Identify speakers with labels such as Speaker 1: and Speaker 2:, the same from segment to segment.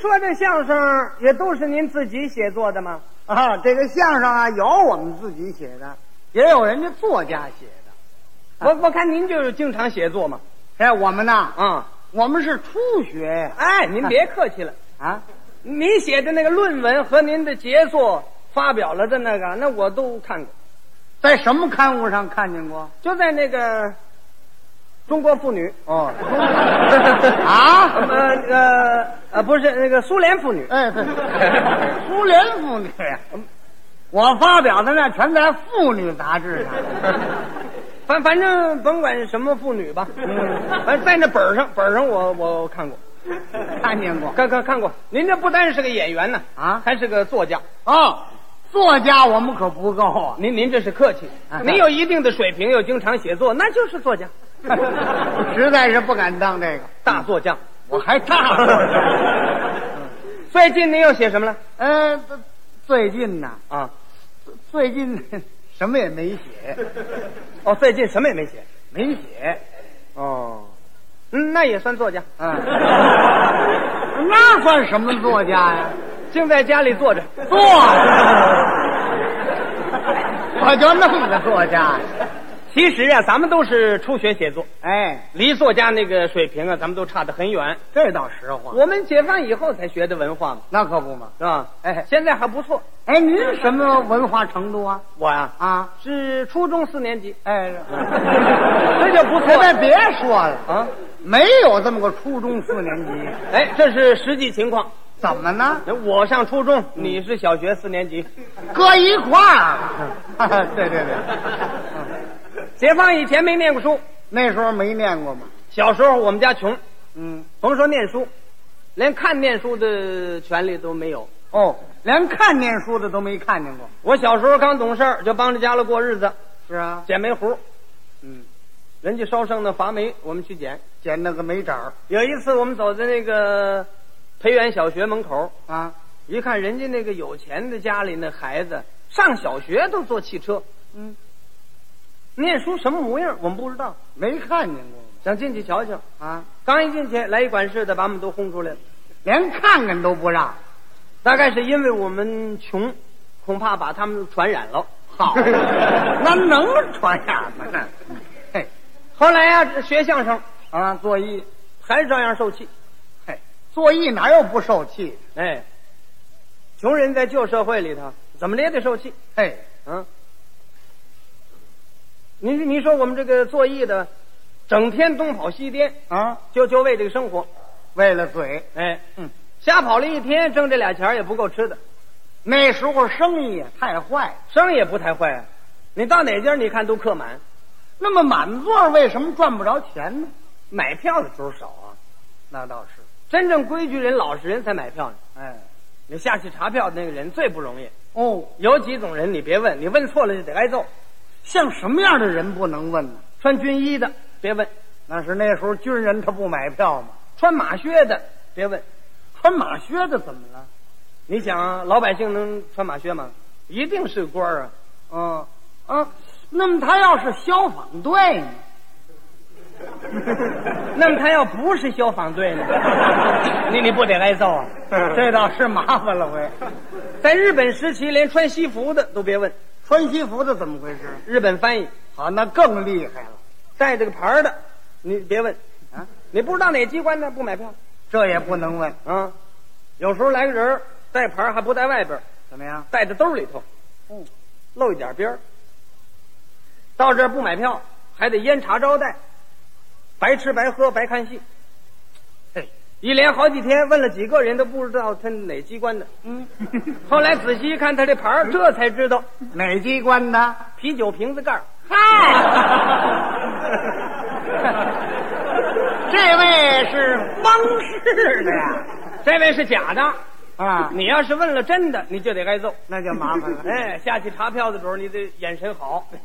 Speaker 1: 说这相声也都是您自己写作的吗？
Speaker 2: 啊，这个相声啊，有我们自己写的，也有人家作家写的。啊
Speaker 1: 我我看您就是经常写作嘛。
Speaker 2: 哎，我们呢，
Speaker 1: 啊、
Speaker 2: 我们是初学呀、
Speaker 1: 哎，您别客气了，
Speaker 2: 啊，
Speaker 1: 您写的那个论文和您的杰作发表了的那个，那我都看过，
Speaker 2: 在什么刊物上看见过？
Speaker 1: 就在那个《中国妇女》
Speaker 2: 哦，
Speaker 1: 呃
Speaker 2: 啊，
Speaker 1: 呃呃，不是那个苏联妇女，
Speaker 2: 哎，对，苏联妇女，我发表的那全在妇女杂志上。
Speaker 1: 反反正甭管什么妇女吧，
Speaker 2: 嗯
Speaker 1: 反正在那本儿上本儿上我我看过，
Speaker 2: 看见过
Speaker 1: 看看看过。您这不单是个演员呢，
Speaker 2: 啊
Speaker 1: 还是个作家。
Speaker 2: 哦，作家我们可不够啊！
Speaker 1: 您您这是客气
Speaker 2: 啊，
Speaker 1: 您有一定的水平，又经常写作，那就是作家，
Speaker 2: 实在是不敢当这个，
Speaker 1: 大作家。
Speaker 2: 我还大 作家。
Speaker 1: 最近您又写什么了？
Speaker 2: 呃，最近呢，
Speaker 1: 啊，
Speaker 2: 最近什么也没写，
Speaker 1: 哦，最近什么也没写。
Speaker 2: 没写，
Speaker 1: 哦，嗯，那也算作家，
Speaker 2: 嗯，那算什么作家呀？
Speaker 1: 净在家里坐着。
Speaker 2: 作家，我就那么个作家呀。
Speaker 1: 其实啊，咱们都是初学写作，
Speaker 2: 哎，
Speaker 1: 离作家那个水平啊，咱们都差得很远。
Speaker 2: 这倒实话，
Speaker 1: 我们解放以后才学的文化嘛，
Speaker 2: 那可不嘛。
Speaker 1: 是吧？
Speaker 2: 哎
Speaker 1: 现在还不错。
Speaker 2: 哎，您什么文化程度啊？
Speaker 1: 我呀、
Speaker 2: 啊，
Speaker 1: 是初中四年级，
Speaker 2: 哎，
Speaker 1: 这就不
Speaker 2: 别
Speaker 1: 错
Speaker 2: 别别说了
Speaker 1: 啊。
Speaker 2: 没有这么个初中四年级，
Speaker 1: 哎，这是实际情况。
Speaker 2: 怎么呢？
Speaker 1: 我上初中，你是小学四年级。
Speaker 2: 搁一块儿了。 对对对，
Speaker 1: 解放以前没念过书，
Speaker 2: 那时候没念过嘛。
Speaker 1: 小时候我们家穷，
Speaker 2: 嗯，
Speaker 1: 甭说念书，连看念书的权利都没有。
Speaker 2: 哦，连看念书的都没看见过。
Speaker 1: 我小时候刚懂事儿，就帮着家里过日子，
Speaker 2: 是啊，
Speaker 1: 捡煤糊。
Speaker 2: 嗯，
Speaker 1: 人家烧剩的伐煤，我们去捡。
Speaker 2: 捡那个煤渣儿
Speaker 1: 有一次，我们走在那个培元小学门口，
Speaker 2: 啊，
Speaker 1: 一看人家那个有钱的家里那孩子，上小学都坐汽车，
Speaker 2: 嗯，
Speaker 1: 念书什么模样我们不知道，
Speaker 2: 没看见过嘛
Speaker 1: 想进去瞧瞧。
Speaker 2: 啊，
Speaker 1: 刚一进去，来一管事的把我们都轰出来了。
Speaker 2: 连看看都不让。
Speaker 1: 大概是因为我们穷，恐怕把他们传染了。
Speaker 2: 好，那能传染吗？那，嘿，
Speaker 1: 后来呀、这学相声
Speaker 2: 啊，作揖，
Speaker 1: 还是照样受气。
Speaker 2: 嘿，作揖哪有不受气的？
Speaker 1: 哎，穷人在旧社会里头怎么着也得受气。
Speaker 2: 嘿，
Speaker 1: 嗯，你你说我们这个做艺的，整天东跑西颠，
Speaker 2: 啊，
Speaker 1: 就就为这个生活。
Speaker 2: 为了嘴，
Speaker 1: 哎，
Speaker 2: 嗯，
Speaker 1: 瞎跑了一天，挣这俩钱儿也不够吃的，
Speaker 2: 那时候生意也太坏了。
Speaker 1: 生意也不太坏、啊。你到哪家你看都客满，
Speaker 2: 那么满座为什么赚不着钱呢？
Speaker 1: 买票的时候少啊。
Speaker 2: 那倒是，
Speaker 1: 真正规矩人、老实人才买票呢。
Speaker 2: 哎，
Speaker 1: 你下去查票的那个人最不容易。
Speaker 2: 哦，
Speaker 1: 有几种人你别问，你问错了就得挨揍。
Speaker 2: 像什么样的人不能问呢？
Speaker 1: 穿军衣的别问，
Speaker 2: 那是那时候军人他不买票嘛，
Speaker 1: 穿马靴的别问。
Speaker 2: 穿马靴的怎么了？
Speaker 1: 你想啊老百姓能穿马靴吗？一定是官儿啊。
Speaker 2: 嗯啊，那么他要是消防队呢？
Speaker 1: 那么他要不是消防队呢？ 你你不得挨揍啊？
Speaker 2: 这倒是麻烦啊了喂，
Speaker 1: 在日本时期，连穿西服的都别问。
Speaker 2: 穿西服的怎么回事？
Speaker 1: 日本翻译
Speaker 2: 好，啊那更厉害了
Speaker 1: 带这个牌儿的，你别问，
Speaker 2: 啊！
Speaker 1: 你不知道哪机关的不买票
Speaker 2: 这也不能问，
Speaker 1: 啊。有时候来个人儿带牌儿还不带外边儿，
Speaker 2: 怎么样？
Speaker 1: 带在兜里头，
Speaker 2: 嗯，
Speaker 1: 露一点边儿。到这儿不买票，还得烟茶招待，白吃白喝白看戏，
Speaker 2: 嘿，
Speaker 1: 一连好几天问了几个人都不知道他哪机关的。
Speaker 2: 嗯，
Speaker 1: 后来仔细一看他这牌儿，这才知道
Speaker 2: 哪机关的？
Speaker 1: 啤酒瓶子盖儿。
Speaker 2: 这位是方氏的呀？
Speaker 1: 这位是假的，
Speaker 2: 啊，
Speaker 1: 你要是问了真的，你就得挨揍。
Speaker 2: 那就麻烦了。
Speaker 1: 哎，下去查票的时候，你得眼神好。
Speaker 2: 嗯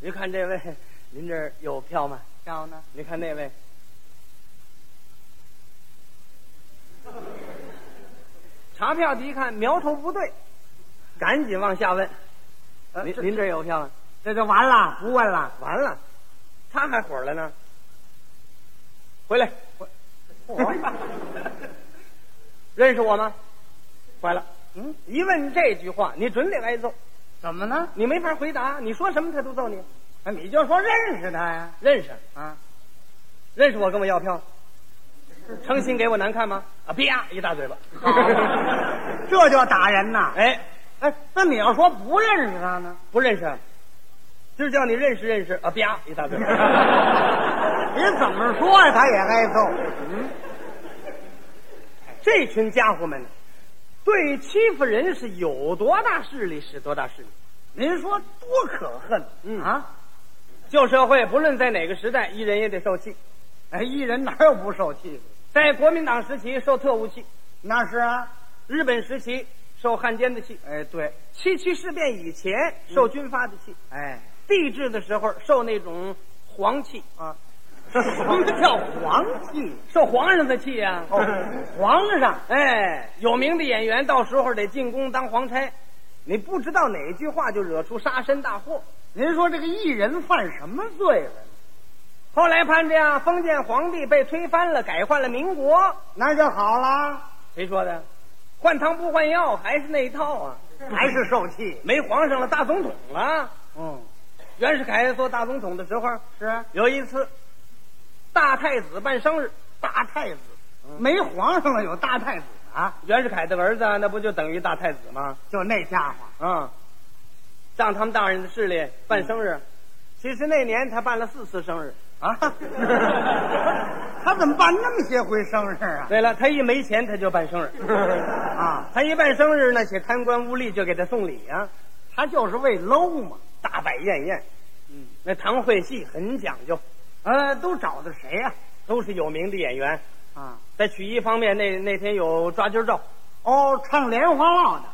Speaker 1: 您看这位，您这儿有票吗？
Speaker 2: 票呢？
Speaker 1: 您看那位，查票的一看苗头不对，赶紧往下问。您
Speaker 2: 啊呃这
Speaker 1: 您这儿有票吗？
Speaker 2: 这就完了，不问了。
Speaker 1: 完了，他还火了呢。 回来，认识我吗？坏了，
Speaker 2: 嗯，
Speaker 1: 一问这句话，你准得挨揍，
Speaker 2: 怎么呢？
Speaker 1: 你没法回答，你说什么他都揍你。
Speaker 2: 啊你就说认识他呀？
Speaker 1: 认识，
Speaker 2: 啊
Speaker 1: 认识我跟我要票，诚心给我难看吗？啊，啪一大嘴 巴。
Speaker 2: 好这就打人呐？
Speaker 1: 哎，
Speaker 2: 哎，那你要说不认识他呢？
Speaker 1: 不认识啊，就是叫你认识认识啊，啪一大嘴巴。
Speaker 2: 你怎么说呀、他也挨揍。
Speaker 1: 这群家伙们，对欺负人是有多大势力是多大势力。
Speaker 2: 您说多可恨、
Speaker 1: 嗯
Speaker 2: 啊！
Speaker 1: 旧社会不论在哪个时代，一人也得受气。
Speaker 2: 哎，艺人哪有不受气的？
Speaker 1: 在国民党时期受特务气，
Speaker 2: 那是啊，
Speaker 1: 日本时期受汉奸的气，
Speaker 2: 哎对，
Speaker 1: 七七事变以前受军阀的气，
Speaker 2: 哎
Speaker 1: 帝制的时候受那种皇气。
Speaker 2: 啊，
Speaker 1: 什么叫皇气？受皇上的气呀、
Speaker 2: 哦，皇上
Speaker 1: 哎，有名的演员到时候得进宫当皇差，你不知道哪句话就惹出杀身大祸。
Speaker 2: 您说这个艺人犯什么罪了？
Speaker 1: 后来盼着呀，封建皇帝被推翻了，改换了民国。
Speaker 2: 那就好啦，
Speaker 1: 谁说的？换汤不换药，还是那一套啊！
Speaker 2: 还是受气。
Speaker 1: 没皇上了，大总统了。
Speaker 2: 嗯，
Speaker 1: 袁世凯做大总统的时候，
Speaker 2: 是啊，
Speaker 1: 有一次，大太子办生日，
Speaker 2: 大太子，没皇上了，有大太子啊，
Speaker 1: 袁世凯的儿子啊那不就等于大太子吗？
Speaker 2: 就那家伙。
Speaker 1: 啊、仗他们大人的势力办生日，其实那年他办了四次生日。
Speaker 2: 啊，他怎么办那么些回生日啊？
Speaker 1: 对了，他一没钱他就办生日，
Speaker 2: 啊，
Speaker 1: 他一办生日那些贪官污吏就给他送礼啊，
Speaker 2: 他就是为搂嘛。
Speaker 1: 大摆宴宴。
Speaker 2: 嗯，
Speaker 1: 那堂会戏很讲究，哎
Speaker 2: 呃，都找的谁呀、
Speaker 1: 都是有名的演员。
Speaker 2: 啊？
Speaker 1: 在曲艺方面，那那天有抓阄照，
Speaker 2: 哦，唱莲花落的。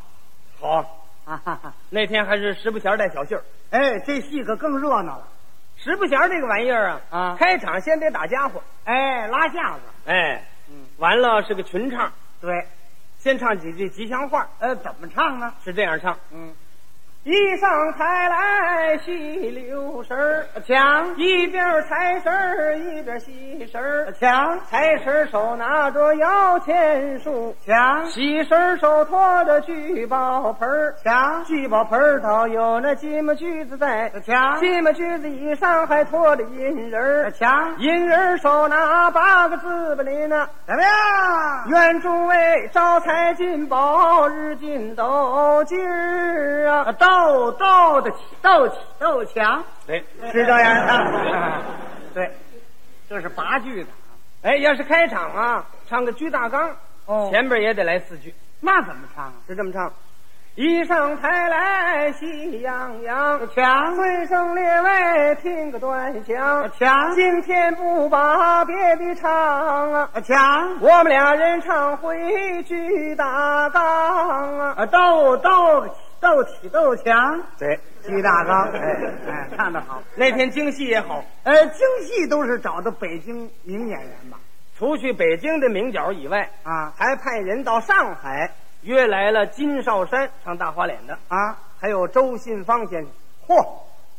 Speaker 1: 好啊，
Speaker 2: 啊哈哈，
Speaker 1: 那天还是时不闲带小戏儿。
Speaker 2: 哎，这戏可更热闹了。
Speaker 1: 时不闲儿这个玩意儿啊，
Speaker 2: 啊
Speaker 1: 开场先得打家伙，
Speaker 2: 哎，拉架子。
Speaker 1: 哎，
Speaker 2: 嗯，
Speaker 1: 完了是个群唱，
Speaker 2: 对，
Speaker 1: 先唱几句吉祥话，
Speaker 2: 呃，怎么唱呢？
Speaker 1: 是这样唱：
Speaker 2: 嗯，
Speaker 1: 一上台来细溜神儿，
Speaker 2: 抢
Speaker 1: 一边儿财神儿一边儿戏神儿，
Speaker 2: 抢
Speaker 1: 财神儿手拿着摇钱树，
Speaker 2: 抢
Speaker 1: 喜神儿手托着聚宝盆儿，
Speaker 2: 抢
Speaker 1: 聚宝盆儿头有那金木锯子在，
Speaker 2: 抢
Speaker 1: 金木锯子以上还托着银人儿。
Speaker 2: 抢！
Speaker 1: 银人手拿八个字不林呐，
Speaker 2: 怎么样？
Speaker 1: 愿诸位招财进宝，日进斗金儿啊！
Speaker 2: 斗斗的起，斗起，斗强，
Speaker 1: 对，
Speaker 2: 是这样的。对，这是八句的。
Speaker 1: 哎，要是开场啊，唱个居大纲，
Speaker 2: 哦
Speaker 1: 前边也得来四句，
Speaker 2: 那怎么唱啊？
Speaker 1: 是这么唱。一上台来喜洋洋，
Speaker 2: 强
Speaker 1: 尊声列位听个端详，
Speaker 2: 强
Speaker 1: 今天不把别的唱啊，
Speaker 2: 强！
Speaker 1: 我们俩人唱回居大纲啊。
Speaker 2: 啊，斗斗起，斗起，斗强。
Speaker 1: 对，
Speaker 2: 鸡大纲，哎哎，唱得好。
Speaker 1: 那天京戏也好，
Speaker 2: 呃，京戏都是找的北京名演员吧？
Speaker 1: 除去北京的名角以外，
Speaker 2: 啊
Speaker 1: 还派人到上海约来了金少山唱大花脸的，
Speaker 2: 啊！
Speaker 1: 还有周信芳先生。
Speaker 2: 嚯，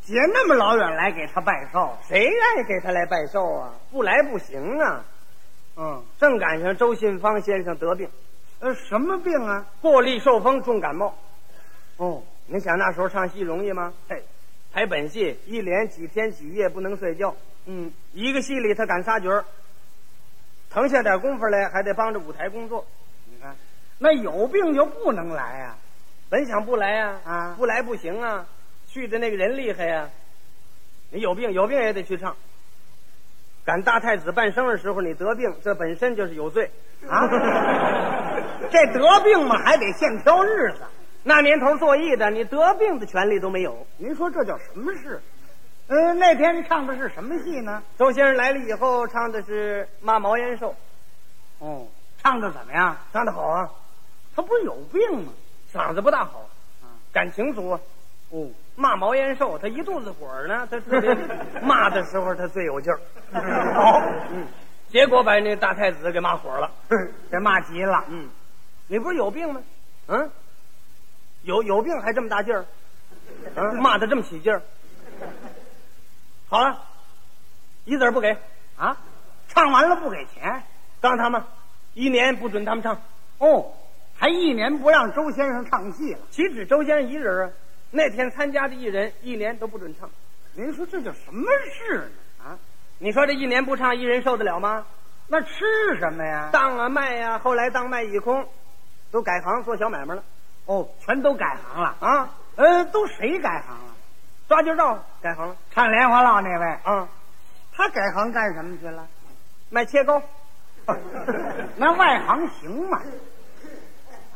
Speaker 2: 姐那么老远来给他拜寿，
Speaker 1: 谁愿意给他来拜寿啊？不来不行啊！
Speaker 2: 嗯，
Speaker 1: 正赶上周信芳先生得病，
Speaker 2: 呃，什么病啊？
Speaker 1: 破例受风，重感冒。
Speaker 2: 哦，哎
Speaker 1: 你想那时候唱戏容易吗？哎
Speaker 2: 嘿，
Speaker 1: 排本戏一连几天几夜不能睡觉，
Speaker 2: 嗯，
Speaker 1: 一个戏里他赶仨角儿，腾下点功夫来还得帮着舞台工作。
Speaker 2: 你看，那有病就不能来啊呀、
Speaker 1: 本想不来呀、
Speaker 2: 啊
Speaker 1: 不来不行啊，去的那个人厉害呀、你有病有病也得去唱。赶大太子办生日时候你得病，这本身就是有罪。
Speaker 2: 啊！ 这得病嘛，还得现挑日子。
Speaker 1: 那年头做艺的，你得病的权利都没有。
Speaker 2: 您说这叫什么事？呃，那天唱的是什么戏呢？
Speaker 1: 周先生来了以后，唱的是《骂毛延寿
Speaker 2: 哦，唱的怎么样？》，
Speaker 1: 唱的好啊，
Speaker 2: 他不是有病吗？
Speaker 1: 嗓子不大好
Speaker 2: 啊，
Speaker 1: 感情足啊。
Speaker 2: 哦，
Speaker 1: 骂毛延寿，他一肚子火儿呢，他特别骂的时候他最有劲儿。
Speaker 2: 好，
Speaker 1: 嗯，结果把那大太子给骂火了。
Speaker 2: 这骂急了。
Speaker 1: 嗯，你不是有病吗？嗯，有有病还这么大劲儿，嗯，骂的这么起劲儿。好了，一子儿不给，
Speaker 2: 啊，唱完了不给钱，
Speaker 1: 告诉他们，一年不准他们唱。
Speaker 2: 哦，还一年不让周先生唱戏了。
Speaker 1: 岂止周先生一人啊？那天参加的艺人一年都不准唱。
Speaker 2: 您说这叫什么事呢？啊，
Speaker 1: 你说这一年不唱，一人受得了吗？
Speaker 2: 那吃什么呀？
Speaker 1: 当啊卖呀、后来当卖一空，都改行做小买卖了
Speaker 2: 哦，全都改行了。
Speaker 1: 啊。
Speaker 2: 呃，都谁改行了？
Speaker 1: 抓阄道改行了
Speaker 2: 唱莲花落那位，
Speaker 1: 啊，
Speaker 2: 他改行干什么去了？
Speaker 1: 卖切糕。
Speaker 2: 那外行行吗？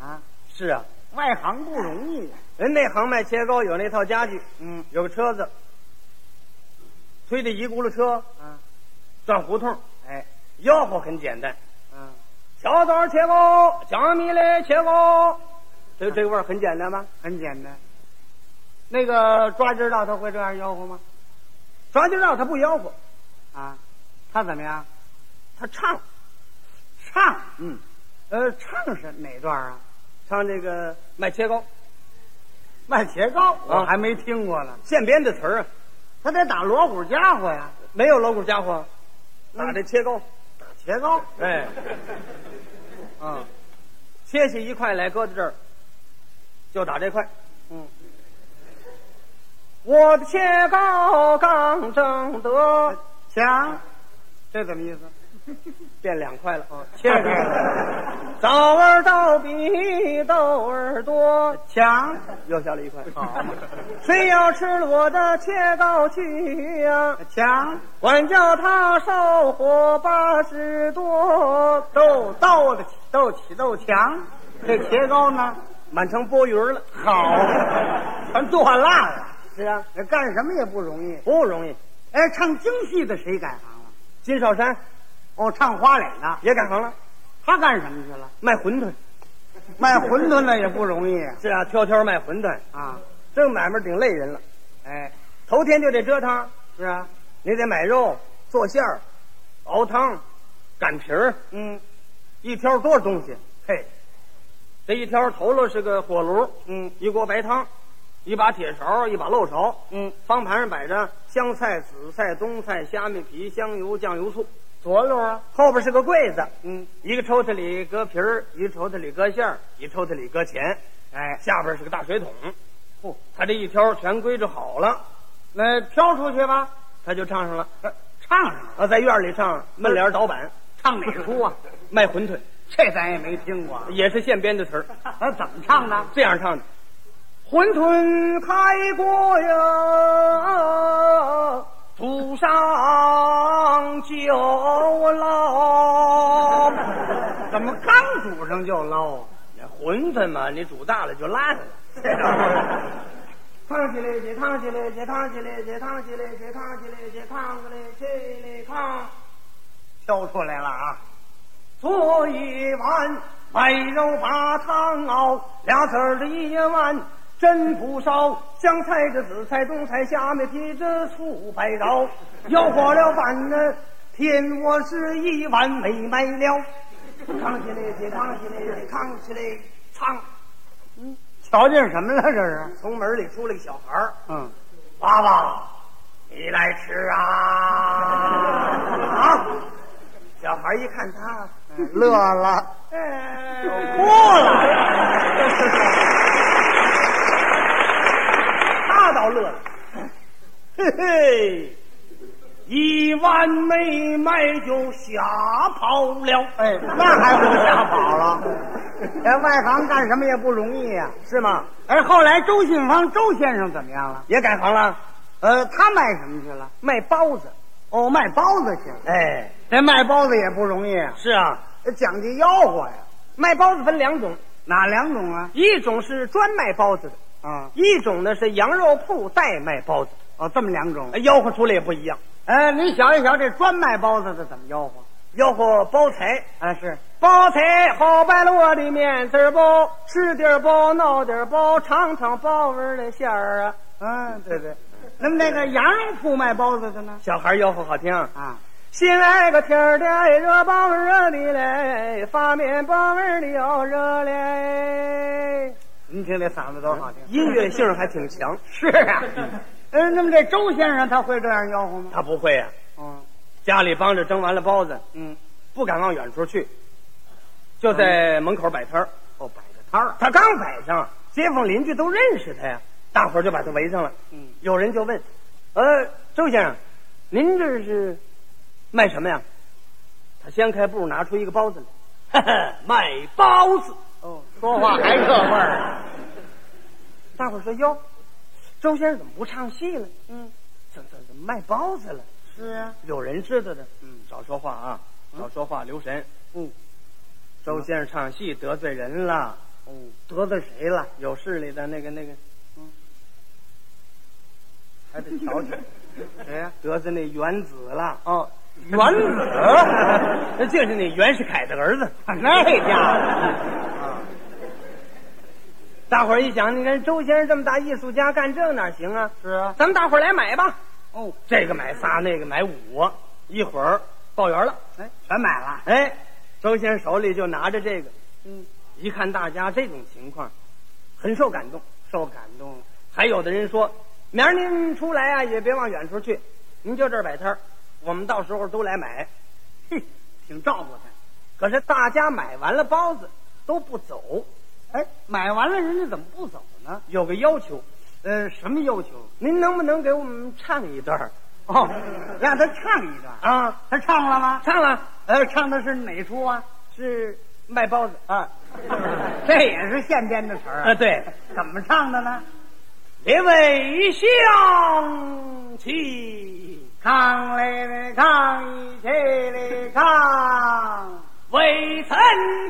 Speaker 2: 啊，
Speaker 1: 是啊，
Speaker 2: 外行不容易啊。
Speaker 1: 人内行卖切糕有那套家具，
Speaker 2: 嗯
Speaker 1: 有个车子，推着一轱辘车
Speaker 2: 啊，
Speaker 1: 转胡同，
Speaker 2: 哎，
Speaker 1: 吆喝很简单，
Speaker 2: 嗯，
Speaker 1: 小枣切糕，小米嘞切糕，这这个味儿很简单吧？
Speaker 2: 很简单。那个抓阄道他会这样吆喝吗？
Speaker 1: 抓阄道他不吆喝，
Speaker 2: 啊，他怎么样？
Speaker 1: 他唱，
Speaker 2: 唱，
Speaker 1: 嗯，
Speaker 2: 呃，唱是哪段啊？
Speaker 1: 唱这个卖切糕，
Speaker 2: 卖茄糕，
Speaker 1: 啊
Speaker 2: 我还没听过呢。
Speaker 1: 现编的词儿啊，
Speaker 2: 他得打锣鼓家伙呀，
Speaker 1: 没有锣鼓家伙，打这切糕，
Speaker 2: 茄糕，
Speaker 1: 哎，
Speaker 2: 嗯
Speaker 1: 切下一块来搁在这儿，就打这块。
Speaker 2: 嗯，
Speaker 1: 我的切糕刚正得，
Speaker 2: 强，这怎么意思？
Speaker 1: 变两块了啊！
Speaker 2: 切 开，
Speaker 1: 枣儿倒比豆儿多，
Speaker 2: 强，
Speaker 1: 又下了 一块。哦
Speaker 2: 好，
Speaker 1: 谁要吃了我的切糕去呀、
Speaker 2: 强，
Speaker 1: 管教他烧火八十多，
Speaker 2: 斗斗的斗起斗强，这茄糕呢？
Speaker 1: 满城拨云儿了。
Speaker 2: 好，全剁烂了，
Speaker 1: 是啊，
Speaker 2: 这干什么也不容易。
Speaker 1: 不容易。
Speaker 2: 哎，唱京戏的谁改行了？
Speaker 1: 金少山
Speaker 2: 哦，唱花脸的，
Speaker 1: 也改行了，
Speaker 2: 他干什么去了？
Speaker 1: 卖馄饨。
Speaker 2: 卖馄饨的也不容易
Speaker 1: 是啊，挑挑卖馄饨，
Speaker 2: 啊。
Speaker 1: 这个买卖挺累人了。
Speaker 2: 哎，
Speaker 1: 头天就得折腾，
Speaker 2: 是啊，
Speaker 1: 你得买肉、做馅儿、熬汤、擀皮儿，
Speaker 2: 嗯
Speaker 1: 一挑多少东西？
Speaker 2: 嘿，
Speaker 1: 这一挑头了是个火炉，
Speaker 2: 嗯
Speaker 1: 一锅白汤，一把铁勺，一把漏勺。
Speaker 2: 嗯，
Speaker 1: 方盘上摆着香菜、紫菜、冬菜、虾米皮、香油、酱油、醋。
Speaker 2: 佐料啊，
Speaker 1: 后边是个柜子，
Speaker 2: 嗯，
Speaker 1: 一个抽屉里搁皮儿，一个抽屉里搁馅儿，一抽屉里搁钱。
Speaker 2: 哎，
Speaker 1: 下边是个大水桶，
Speaker 2: 嚯、
Speaker 1: 他这一挑全归置好了，
Speaker 2: 那挑出去吧，
Speaker 1: 他就唱上了。
Speaker 2: 呃唱上
Speaker 1: 啊，在院里唱闷帘倒板，
Speaker 2: 唱哪出 啊？
Speaker 1: 卖馄饨，
Speaker 2: 这咱也没听过，
Speaker 1: 也是现编的词儿，
Speaker 2: 那怎么唱的？
Speaker 1: 这样唱的。
Speaker 2: 馄饨
Speaker 1: 开锅呀，煮上酒捞。
Speaker 2: 怎么刚煮上就捞啊？
Speaker 1: 馄饨嘛，你煮大了就烂了。烫起来，去烫起来，去烫起来，去烫起来，去烫起来，去烫起来，起来烫。
Speaker 2: 挑出来了啊！
Speaker 1: 做一碗白肉把汤熬，俩子儿的一碗真不少。香菜这紫菜、冬菜、虾米皮这醋白饶，要火了饭呢，天我是一碗没卖了。扛起来，姐扛起来，姐扛起来，唱。
Speaker 2: 瞧见什么了？这是？
Speaker 1: 从门里出来个小孩儿，
Speaker 2: 嗯，
Speaker 1: 娃娃，你来吃 啊！啊！小孩一看他，
Speaker 2: 乐了，
Speaker 1: 哎
Speaker 2: 哭了。
Speaker 1: 他倒乐了，嘿嘿，一碗没卖就吓跑了，
Speaker 2: 哎，那还不吓跑了？ 在外行干什么也不容易呀、
Speaker 1: 是吗？
Speaker 2: 哎，后来周信芳周先生怎么样了？
Speaker 1: 也改行了，
Speaker 2: 呃，他卖什么去了？
Speaker 1: 卖包子。
Speaker 2: 哦，卖包子去了。
Speaker 1: 哎，
Speaker 2: 这卖包子也不容易啊，
Speaker 1: 是啊，
Speaker 2: 讲究吆喝呀。
Speaker 1: 卖包子分两种，
Speaker 2: 哪两种啊？
Speaker 1: 一种是专卖包子的，
Speaker 2: 啊，
Speaker 1: 一种呢是羊肉铺代卖包子，
Speaker 2: 哦，这么两种。
Speaker 1: 哎吆喝出来也不一样，
Speaker 2: 哎，您瞧一瞧，这专卖包子的怎么吆喝？
Speaker 1: 吆喝包菜。
Speaker 2: 啊，是
Speaker 1: 包菜好白了我的面子儿包，吃点儿包，闹点儿包，尝尝包味儿的馅儿啊！
Speaker 2: 啊，对对。那么那个羊肉铺卖包子的呢？
Speaker 1: 小孩儿吆喝好听啊，
Speaker 2: 啊，
Speaker 1: 心爱个天儿的热包热的嘞，发面包味儿的要热嘞。
Speaker 2: 您听这嗓子多好听。
Speaker 1: 音乐性还挺强，
Speaker 2: 是啊，嗯，那么这周先生他会这样吆喝吗？
Speaker 1: 他不会啊。
Speaker 2: 嗯
Speaker 1: 家里帮着蒸完了包子，
Speaker 2: 嗯，
Speaker 1: 不敢往远处去，就在门口摆摊儿。
Speaker 2: 哦，摆个摊儿，
Speaker 1: 他刚摆上，街坊邻居都认识他呀，大伙儿就把他围上了。
Speaker 2: 嗯，
Speaker 1: 有人就问：“呃，周先生，您这是卖什么呀？”他掀开布，拿出一个包子来，哈 哈，卖包子。
Speaker 2: 哦，说话还这 味儿。
Speaker 1: 大伙儿说：“哟，周先生怎么不唱戏了？
Speaker 2: 嗯，
Speaker 1: 怎怎怎么卖包子了？”
Speaker 2: 是啊，
Speaker 1: 有人知道的，
Speaker 2: 嗯
Speaker 1: 少说话啊，
Speaker 2: 嗯
Speaker 1: 少说话，留神。
Speaker 2: 嗯，
Speaker 1: 周先生唱戏得罪人了，
Speaker 2: 哦，
Speaker 1: 得罪谁了？有势力的那个那个，
Speaker 2: 嗯，
Speaker 1: 还得瞧瞧，谁呀、得罪那原子了。
Speaker 2: 哦，
Speaker 1: 原子， 那就是那袁世凯的儿子。
Speaker 2: 那啊家伙，
Speaker 1: 大伙儿一想，你看周先生这么大艺术家，干这哪行啊？
Speaker 2: 是啊，
Speaker 1: 咱们大伙儿来买吧，
Speaker 2: 哦，
Speaker 1: 这个买仨，那个买五，一会儿报圆了。
Speaker 2: 哎，全买了，
Speaker 1: 哎，周先生手里就拿着这个，
Speaker 2: 嗯，
Speaker 1: 一看大家这种情况，很受感动。
Speaker 2: 受感动了，
Speaker 1: 还有的人说，明儿您出来啊，也别往远处去，您就这儿摆摊儿，我们到时候都来买。
Speaker 2: 嘿，挺照顾他。
Speaker 1: 可是大家买完了包子都不走，
Speaker 2: 哎，买完了人家怎么不走呢？
Speaker 1: 有个要求，
Speaker 2: 呃，什么要求？
Speaker 1: 您能不能给我们唱一段儿
Speaker 2: 哦，让他唱一段。
Speaker 1: 啊？
Speaker 2: 他唱了吗？
Speaker 1: 唱了，
Speaker 2: 呃，唱的是哪出啊？
Speaker 1: 是卖包子啊？
Speaker 2: 这也是现编的词儿
Speaker 1: 啊，
Speaker 2: 啊。
Speaker 1: 对，
Speaker 2: 怎么唱的呢？
Speaker 1: 列位乡亲，
Speaker 2: 唱嘞嘞，唱一起嘞，唱。
Speaker 1: 未曾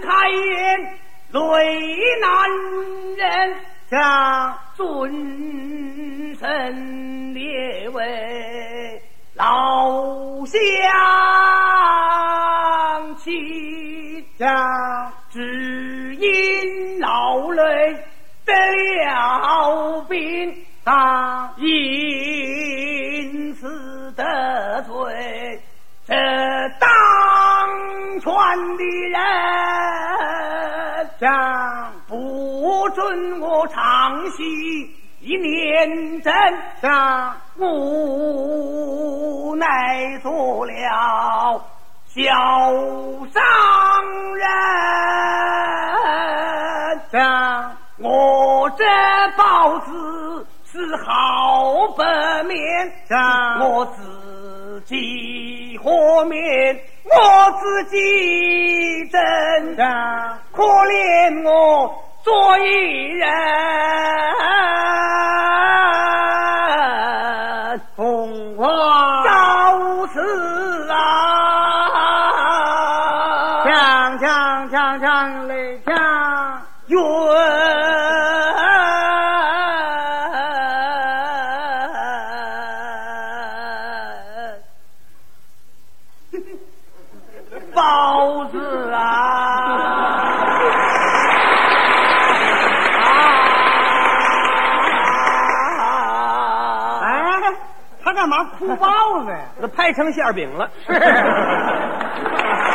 Speaker 1: 开言，泪难忍。
Speaker 2: 像
Speaker 1: 尊神列位老乡亲，
Speaker 2: 像
Speaker 1: 只因劳累得了病，
Speaker 2: 当
Speaker 1: 因此得罪这当权的人。
Speaker 2: 像
Speaker 1: 不准我唱戏一年整，
Speaker 2: 像
Speaker 1: 无奈做了小商人。
Speaker 2: 像
Speaker 1: 我这包子是好白面，
Speaker 2: 像
Speaker 1: 我自己和面，我自己蒸。
Speaker 2: 像
Speaker 1: 可怜我做一人，
Speaker 2: 红花
Speaker 1: 朝辞啊，
Speaker 2: 像像像像嘞像
Speaker 1: 愿包子啊！哎，
Speaker 2: 哎，他干嘛哭包子呀？
Speaker 1: 那拍成馅饼了。
Speaker 2: 是。